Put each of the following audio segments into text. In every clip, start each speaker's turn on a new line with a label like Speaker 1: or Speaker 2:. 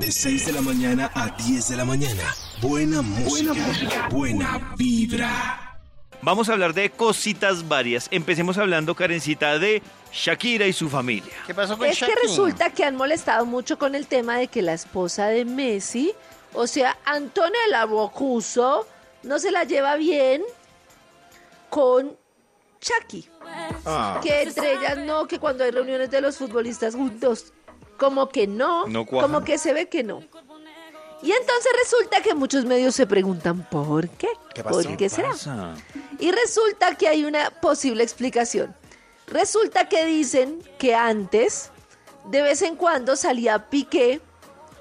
Speaker 1: De 6 de la mañana a 10 de la mañana. Buena música. Buena, música. buena vibra.
Speaker 2: Vamos a hablar de cositas varias. Empecemos hablando, Karencita, de Shakira y su familia.
Speaker 3: ¿Qué pasó con
Speaker 4: Es que
Speaker 3: Pues Shakira?
Speaker 4: resulta que han molestado mucho con el tema de que la esposa de Messi, o sea, Antonella Rocuso, no se la lleva bien con Chucky.
Speaker 3: Ah.
Speaker 4: Que entre ellas no, que cuando hay reuniones de los futbolistas juntos, como que no,
Speaker 2: No cuajan.
Speaker 4: como que se ve que no. Y entonces resulta que muchos medios se preguntan, ¿por qué?
Speaker 3: ¿Qué pasó?
Speaker 4: ¿Por qué será?
Speaker 2: Pasa.
Speaker 4: Y resulta que hay una posible explicación. Resulta que dicen que antes, de vez en cuando salía Piqué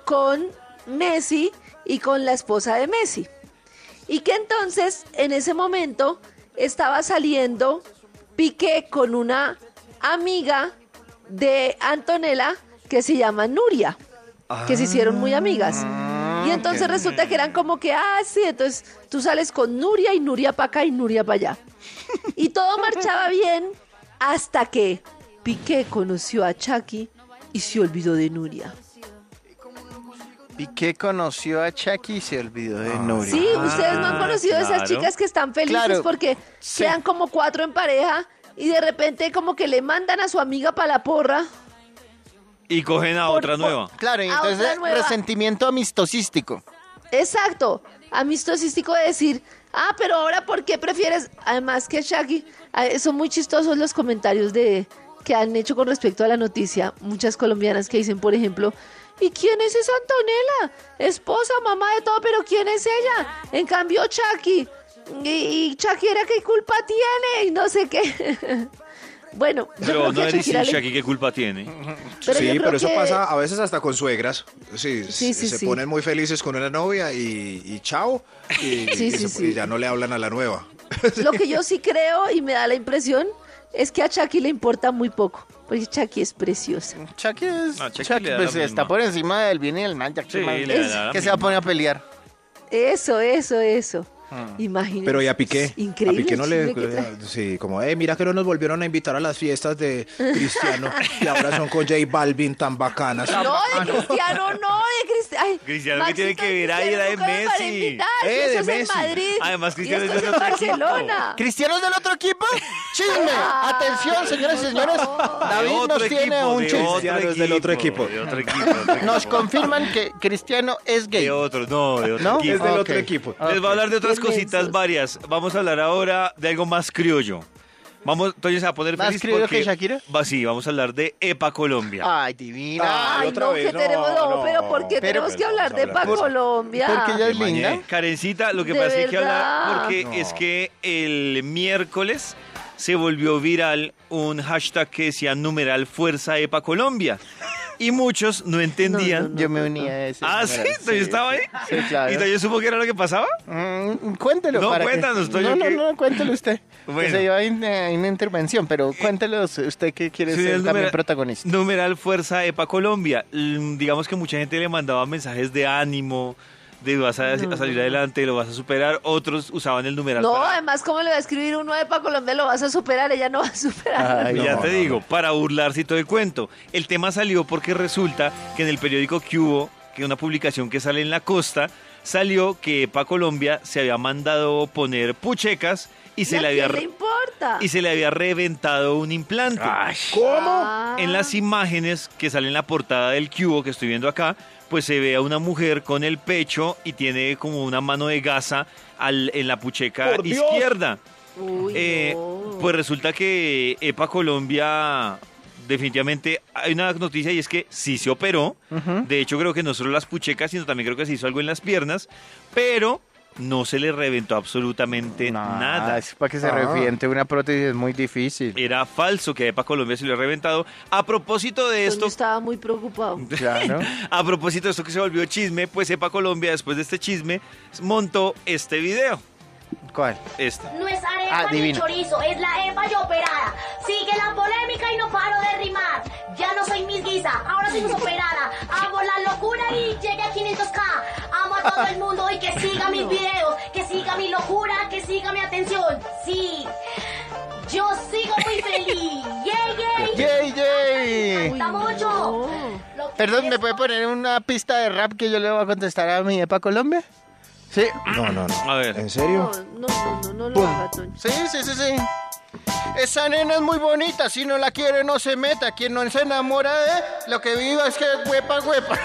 Speaker 4: con Messi y con la esposa de Messi. Y que entonces, en ese momento, estaba saliendo Piqué con una amiga de Antonella que se llama Nuria, que se hicieron muy amigas. Y entonces resulta que eran como que, ah, sí, entonces tú sales con Nuria y Nuria para acá y Nuria para allá. Y todo marchaba bien hasta que Piqué conoció a Chucky y se olvidó de Nuria.
Speaker 3: Piqué conoció a Chucky y se olvidó
Speaker 2: Ah,
Speaker 3: de Nuria.
Speaker 4: Sí, ustedes no han conocido a
Speaker 2: claro.
Speaker 4: esas chicas que están felices
Speaker 3: Ah, Claro,
Speaker 4: porque
Speaker 3: sí.
Speaker 4: quedan como cuatro en pareja y de repente como que le mandan a su amiga para la porra.
Speaker 2: Y cogen a
Speaker 4: Por-
Speaker 2: otra
Speaker 4: por-
Speaker 2: nueva.
Speaker 3: Claro, y
Speaker 4: A
Speaker 3: entonces
Speaker 4: otra nueva.
Speaker 3: resentimiento amistosístico.
Speaker 4: Exacto, amistosístico de decir, ah, pero ahora ¿por qué prefieres? Además que Shaggy, ah, son muy chistosos los comentarios de que han hecho con respecto a la noticia. Muchas colombianas que dicen, por ejemplo, ¿y quién es esa Antonella? Esposa, mamá de todo, pero ¿quién es ella? En cambio, Chucky, y, y Shakira, ¿qué culpa tiene? Y no sé qué. bueno, yo
Speaker 2: Pero
Speaker 4: creo
Speaker 2: no
Speaker 4: que a
Speaker 2: le dicen
Speaker 4: Shakira le-
Speaker 2: Shakira qué culpa tiene.
Speaker 4: pero yo
Speaker 5: sí,
Speaker 4: creo
Speaker 5: pero eso
Speaker 4: que-
Speaker 5: pasa a veces hasta con suegras. Sí,
Speaker 4: Sí,
Speaker 5: s-
Speaker 4: sí,
Speaker 5: se
Speaker 4: sí.
Speaker 5: ponen muy felices con una novia y, y chao. Y,
Speaker 4: Sí,
Speaker 5: y
Speaker 4: sí,
Speaker 5: se- y
Speaker 4: sí.
Speaker 5: ya no le hablan a la nueva.
Speaker 4: Lo que yo sí creo y me da la impresión es que a Chucky le importa muy poco, porque Chucky es preciosa.
Speaker 3: Chucky es.
Speaker 2: No, Chucky
Speaker 3: Chucky,
Speaker 2: le da
Speaker 3: pues,
Speaker 2: la
Speaker 3: está
Speaker 2: misma.
Speaker 3: por encima del bien y del mal. ya
Speaker 2: Sí,
Speaker 3: que mal-
Speaker 2: le da la
Speaker 3: que se va a
Speaker 2: misma.
Speaker 3: poner a pelear.
Speaker 4: Eso, eso, eso.
Speaker 2: Ah.
Speaker 4: Imagínense.
Speaker 5: Pero y a Piqué.
Speaker 4: Increíble.
Speaker 5: A Piqué no le.
Speaker 4: chisme que trae.
Speaker 5: Sí, como, eh, mira que no nos volvieron a invitar a las fiestas de Cristiano. y ahora son con J Balvin tan bacanas.
Speaker 4: No, de Cristiano no, de Cristiano. Ay,
Speaker 2: Cristiano, ¿qué tiene
Speaker 4: Maxito,
Speaker 2: que ver ahí?
Speaker 4: Cristiano
Speaker 2: Era de
Speaker 4: nunca me van a
Speaker 2: Messi.
Speaker 4: invitar, y
Speaker 5: Eh, de
Speaker 4: eso es en
Speaker 5: Messi.
Speaker 4: Madrid.
Speaker 2: Además,
Speaker 4: y
Speaker 2: Cristiano
Speaker 4: esto
Speaker 2: es de
Speaker 4: en
Speaker 2: otro equipo.
Speaker 4: Barcelona.
Speaker 3: ¿Cristianos del otro equipo? ¡Chisme!
Speaker 4: Ay,
Speaker 3: Atención, señoras y
Speaker 4: por
Speaker 3: señores.
Speaker 4: favor.
Speaker 2: De
Speaker 3: David
Speaker 2: otro
Speaker 3: nos tiene
Speaker 2: equipo,
Speaker 3: un
Speaker 2: de
Speaker 3: chiste.
Speaker 5: Cristiano es del otro equipo.
Speaker 2: De otro equipo. de otro
Speaker 3: Nos
Speaker 2: equipo.
Speaker 3: confirman que Cristiano es gay.
Speaker 2: De otro, no, de otro
Speaker 3: ¿No?
Speaker 2: equipo.
Speaker 5: Es del
Speaker 3: Ok.
Speaker 5: otro equipo.
Speaker 2: Les voy a hablar de otras
Speaker 4: Qué
Speaker 2: cositas
Speaker 4: mensos.
Speaker 2: varias. Vamos a hablar ahora de algo más criollo. Vamos entonces a poner
Speaker 3: ¿Más
Speaker 2: feliz
Speaker 3: criollo
Speaker 2: porque-
Speaker 3: que Shakira?
Speaker 2: Va, sí, vamos a hablar de EPA Colombia.
Speaker 3: Ay, divina.
Speaker 4: Ay,
Speaker 5: Ay, Ah, otra
Speaker 4: no,
Speaker 5: vez,
Speaker 4: que
Speaker 5: no,
Speaker 4: tenemos, no,
Speaker 5: no,
Speaker 4: pero ¿por qué
Speaker 3: pero-
Speaker 4: tenemos que
Speaker 5: vamos a
Speaker 4: hablar de
Speaker 5: hablar
Speaker 4: Pa'
Speaker 5: de eso.
Speaker 4: Colombia?
Speaker 3: Porque ella es
Speaker 5: Te
Speaker 3: linda.
Speaker 5: mañé.
Speaker 2: Karencita, lo que
Speaker 4: De
Speaker 2: pasa es que hablar
Speaker 4: verdad.
Speaker 2: porque
Speaker 5: No.
Speaker 2: es que el miércoles se volvió viral un hashtag que decía numeral Fuerza EPA Colombia. Y muchos no entendían.
Speaker 3: Yo me uní a ese.
Speaker 2: Ah, sí,
Speaker 3: número.
Speaker 2: ¿Todavía estaba ahí?
Speaker 3: Sí, claro.
Speaker 2: ¿Y todavía supo que era lo que pasaba?
Speaker 3: Mm, cuéntelo.
Speaker 2: No,
Speaker 3: para que-
Speaker 2: cuéntanos, estoy
Speaker 3: No,
Speaker 2: yo
Speaker 3: no,
Speaker 2: que-
Speaker 3: no, cuéntelo usted.
Speaker 2: Bueno.
Speaker 3: Que se lleva in- eh, una intervención, pero cuéntelo usted que quiere
Speaker 2: Sí,
Speaker 3: ser
Speaker 2: el
Speaker 3: también
Speaker 2: numeral-
Speaker 3: protagonista.
Speaker 2: Numeral Fuerza EPA Colombia. Mm, Digamos que mucha gente le mandaba mensajes de ánimo, de vas a, a salir adelante, lo vas a superar. Otros usaban el numeral.
Speaker 4: No,
Speaker 2: para-
Speaker 4: además, ¿cómo le va a escribir uno de Pa' Colombia? Lo vas a superar, ella no va a superar.
Speaker 3: Ay,
Speaker 2: Pues ya
Speaker 3: no,
Speaker 2: te
Speaker 3: no,
Speaker 2: digo, para burlarse y todo el cuento. El tema salió porque resulta que en el periódico que hubo, que una publicación que sale en la costa, salió que EPA Colombia se había mandado poner puchecas y se
Speaker 4: a
Speaker 2: le había,
Speaker 4: quién le
Speaker 2: re-
Speaker 4: importa?
Speaker 2: y se le había reventado un implante.
Speaker 4: Ah.
Speaker 2: En las imágenes que sale en la portada del cubo que estoy viendo acá, pues se ve a una mujer con el pecho y tiene como una mano de gasa al- en la pucheca
Speaker 5: ¡Por Dios!
Speaker 2: izquierda.
Speaker 4: Uy,
Speaker 2: Eh,
Speaker 4: no.
Speaker 2: Pues resulta que EPA Colombia definitivamente hay una noticia y es que sí se operó. De hecho creo que no solo las puchecas, sino también creo que se hizo algo en las piernas, pero no se le reventó absolutamente nada.
Speaker 3: Es para que se
Speaker 5: Ah.
Speaker 3: reviente una prótesis es muy difícil.
Speaker 2: Era falso que a EPA Colombia se le ha reventado. A propósito de
Speaker 4: Pues yo
Speaker 2: esto,
Speaker 4: estaba muy preocupado.
Speaker 3: Claro.
Speaker 2: A propósito de esto que se volvió chisme, pues Epa Colombia, después de este chisme, montó este video.
Speaker 3: ¿Cuál?
Speaker 2: Este.
Speaker 6: No es arepa
Speaker 3: Ah,
Speaker 6: ni
Speaker 3: divino.
Speaker 6: chorizo, es la EPA y operada. Sigue la polémica y no paro de rimar. Ya no soy mis guisa, ahora soy mis operada. Hago la locura y llegué a 500k. Amo a todo el mundo y que siga mis videos, que siga mi locura, que siga mi atención. Sí, yo sigo muy feliz. ¡Yay, yay!
Speaker 3: ¡Yay, yay!
Speaker 6: Está mucho.
Speaker 4: no.
Speaker 6: Lo que
Speaker 3: Perdón, ¿me puede poner una pista de rap que yo le voy a contestar a mi EPA Colombia? Sí.
Speaker 5: No, no, no.
Speaker 2: A ver.
Speaker 5: ¿En
Speaker 4: No,
Speaker 5: serio?
Speaker 4: no, no, no, no lo haga, Toño.
Speaker 3: Sí, sí, sí, sí. Esa nena es muy bonita, si no la quiere no se meta, quien no se enamora de lo que viva es que huepa, huepa.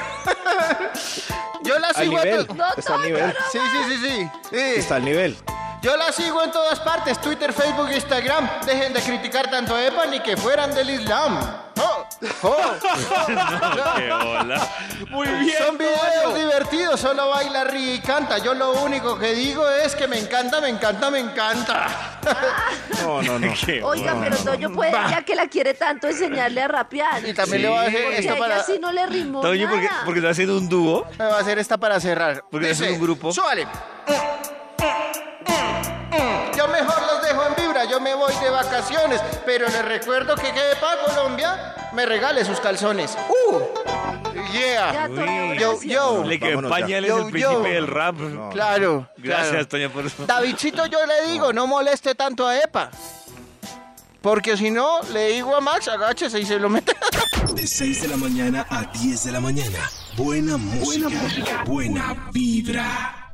Speaker 3: Yo la
Speaker 5: Al
Speaker 3: sigo
Speaker 5: nivel.
Speaker 3: en to-
Speaker 4: No,
Speaker 5: Está al
Speaker 4: Toño,
Speaker 5: nivel.
Speaker 3: Sí, sí, sí, sí. sí.
Speaker 5: Está al nivel.
Speaker 3: Yo la sigo en todas partes, Twitter, Facebook, Instagram. Dejen de criticar tanto a EPA ni que fueran del Islam. Oh, oh.
Speaker 2: Qué hola. Muy bien.
Speaker 3: Son videos
Speaker 2: Toño.
Speaker 3: divertidos, solo baila, ríe y canta. Yo lo único que digo es que me encanta, me encanta, me encanta.
Speaker 5: No, no, no.
Speaker 2: Qué
Speaker 4: Oiga,
Speaker 2: hola.
Speaker 4: pero Toño puede, ya que la quiere tanto, enseñarle a rapear.
Speaker 3: Y también le voy a hacer
Speaker 4: Porque
Speaker 3: esto
Speaker 4: ella
Speaker 3: para...
Speaker 4: sí no le rimó
Speaker 2: Toño, porque,
Speaker 4: nada.
Speaker 2: porque está haciendo un dúo.
Speaker 3: Me va a hacer esta para cerrar.
Speaker 2: Porque
Speaker 3: Dice,
Speaker 2: es un grupo.
Speaker 3: Súbale. Yo mejor los dejo en vibra, yo me voy de vacaciones, pero les recuerdo que para Colombia me regale sus calzones. ¡Uh!
Speaker 4: Ya,
Speaker 3: ¡Yeah!
Speaker 4: Toño,
Speaker 2: Uy.
Speaker 3: Yo,
Speaker 4: gracias.
Speaker 3: yo.
Speaker 2: Le quedó en
Speaker 5: vámonos ya.
Speaker 2: pañales
Speaker 3: Yo,
Speaker 2: el príncipe
Speaker 3: yo.
Speaker 2: del rap.
Speaker 3: Claro.
Speaker 2: Gracias,
Speaker 3: claro.
Speaker 2: Toño, por eso.
Speaker 3: Davidcito, yo le digo, no moleste tanto a Epa. Porque si no, le digo a Max, agáchese y se lo mete.
Speaker 1: De 6 de la mañana a 10 de la mañana. Buena música. Buena música. Buena vibra.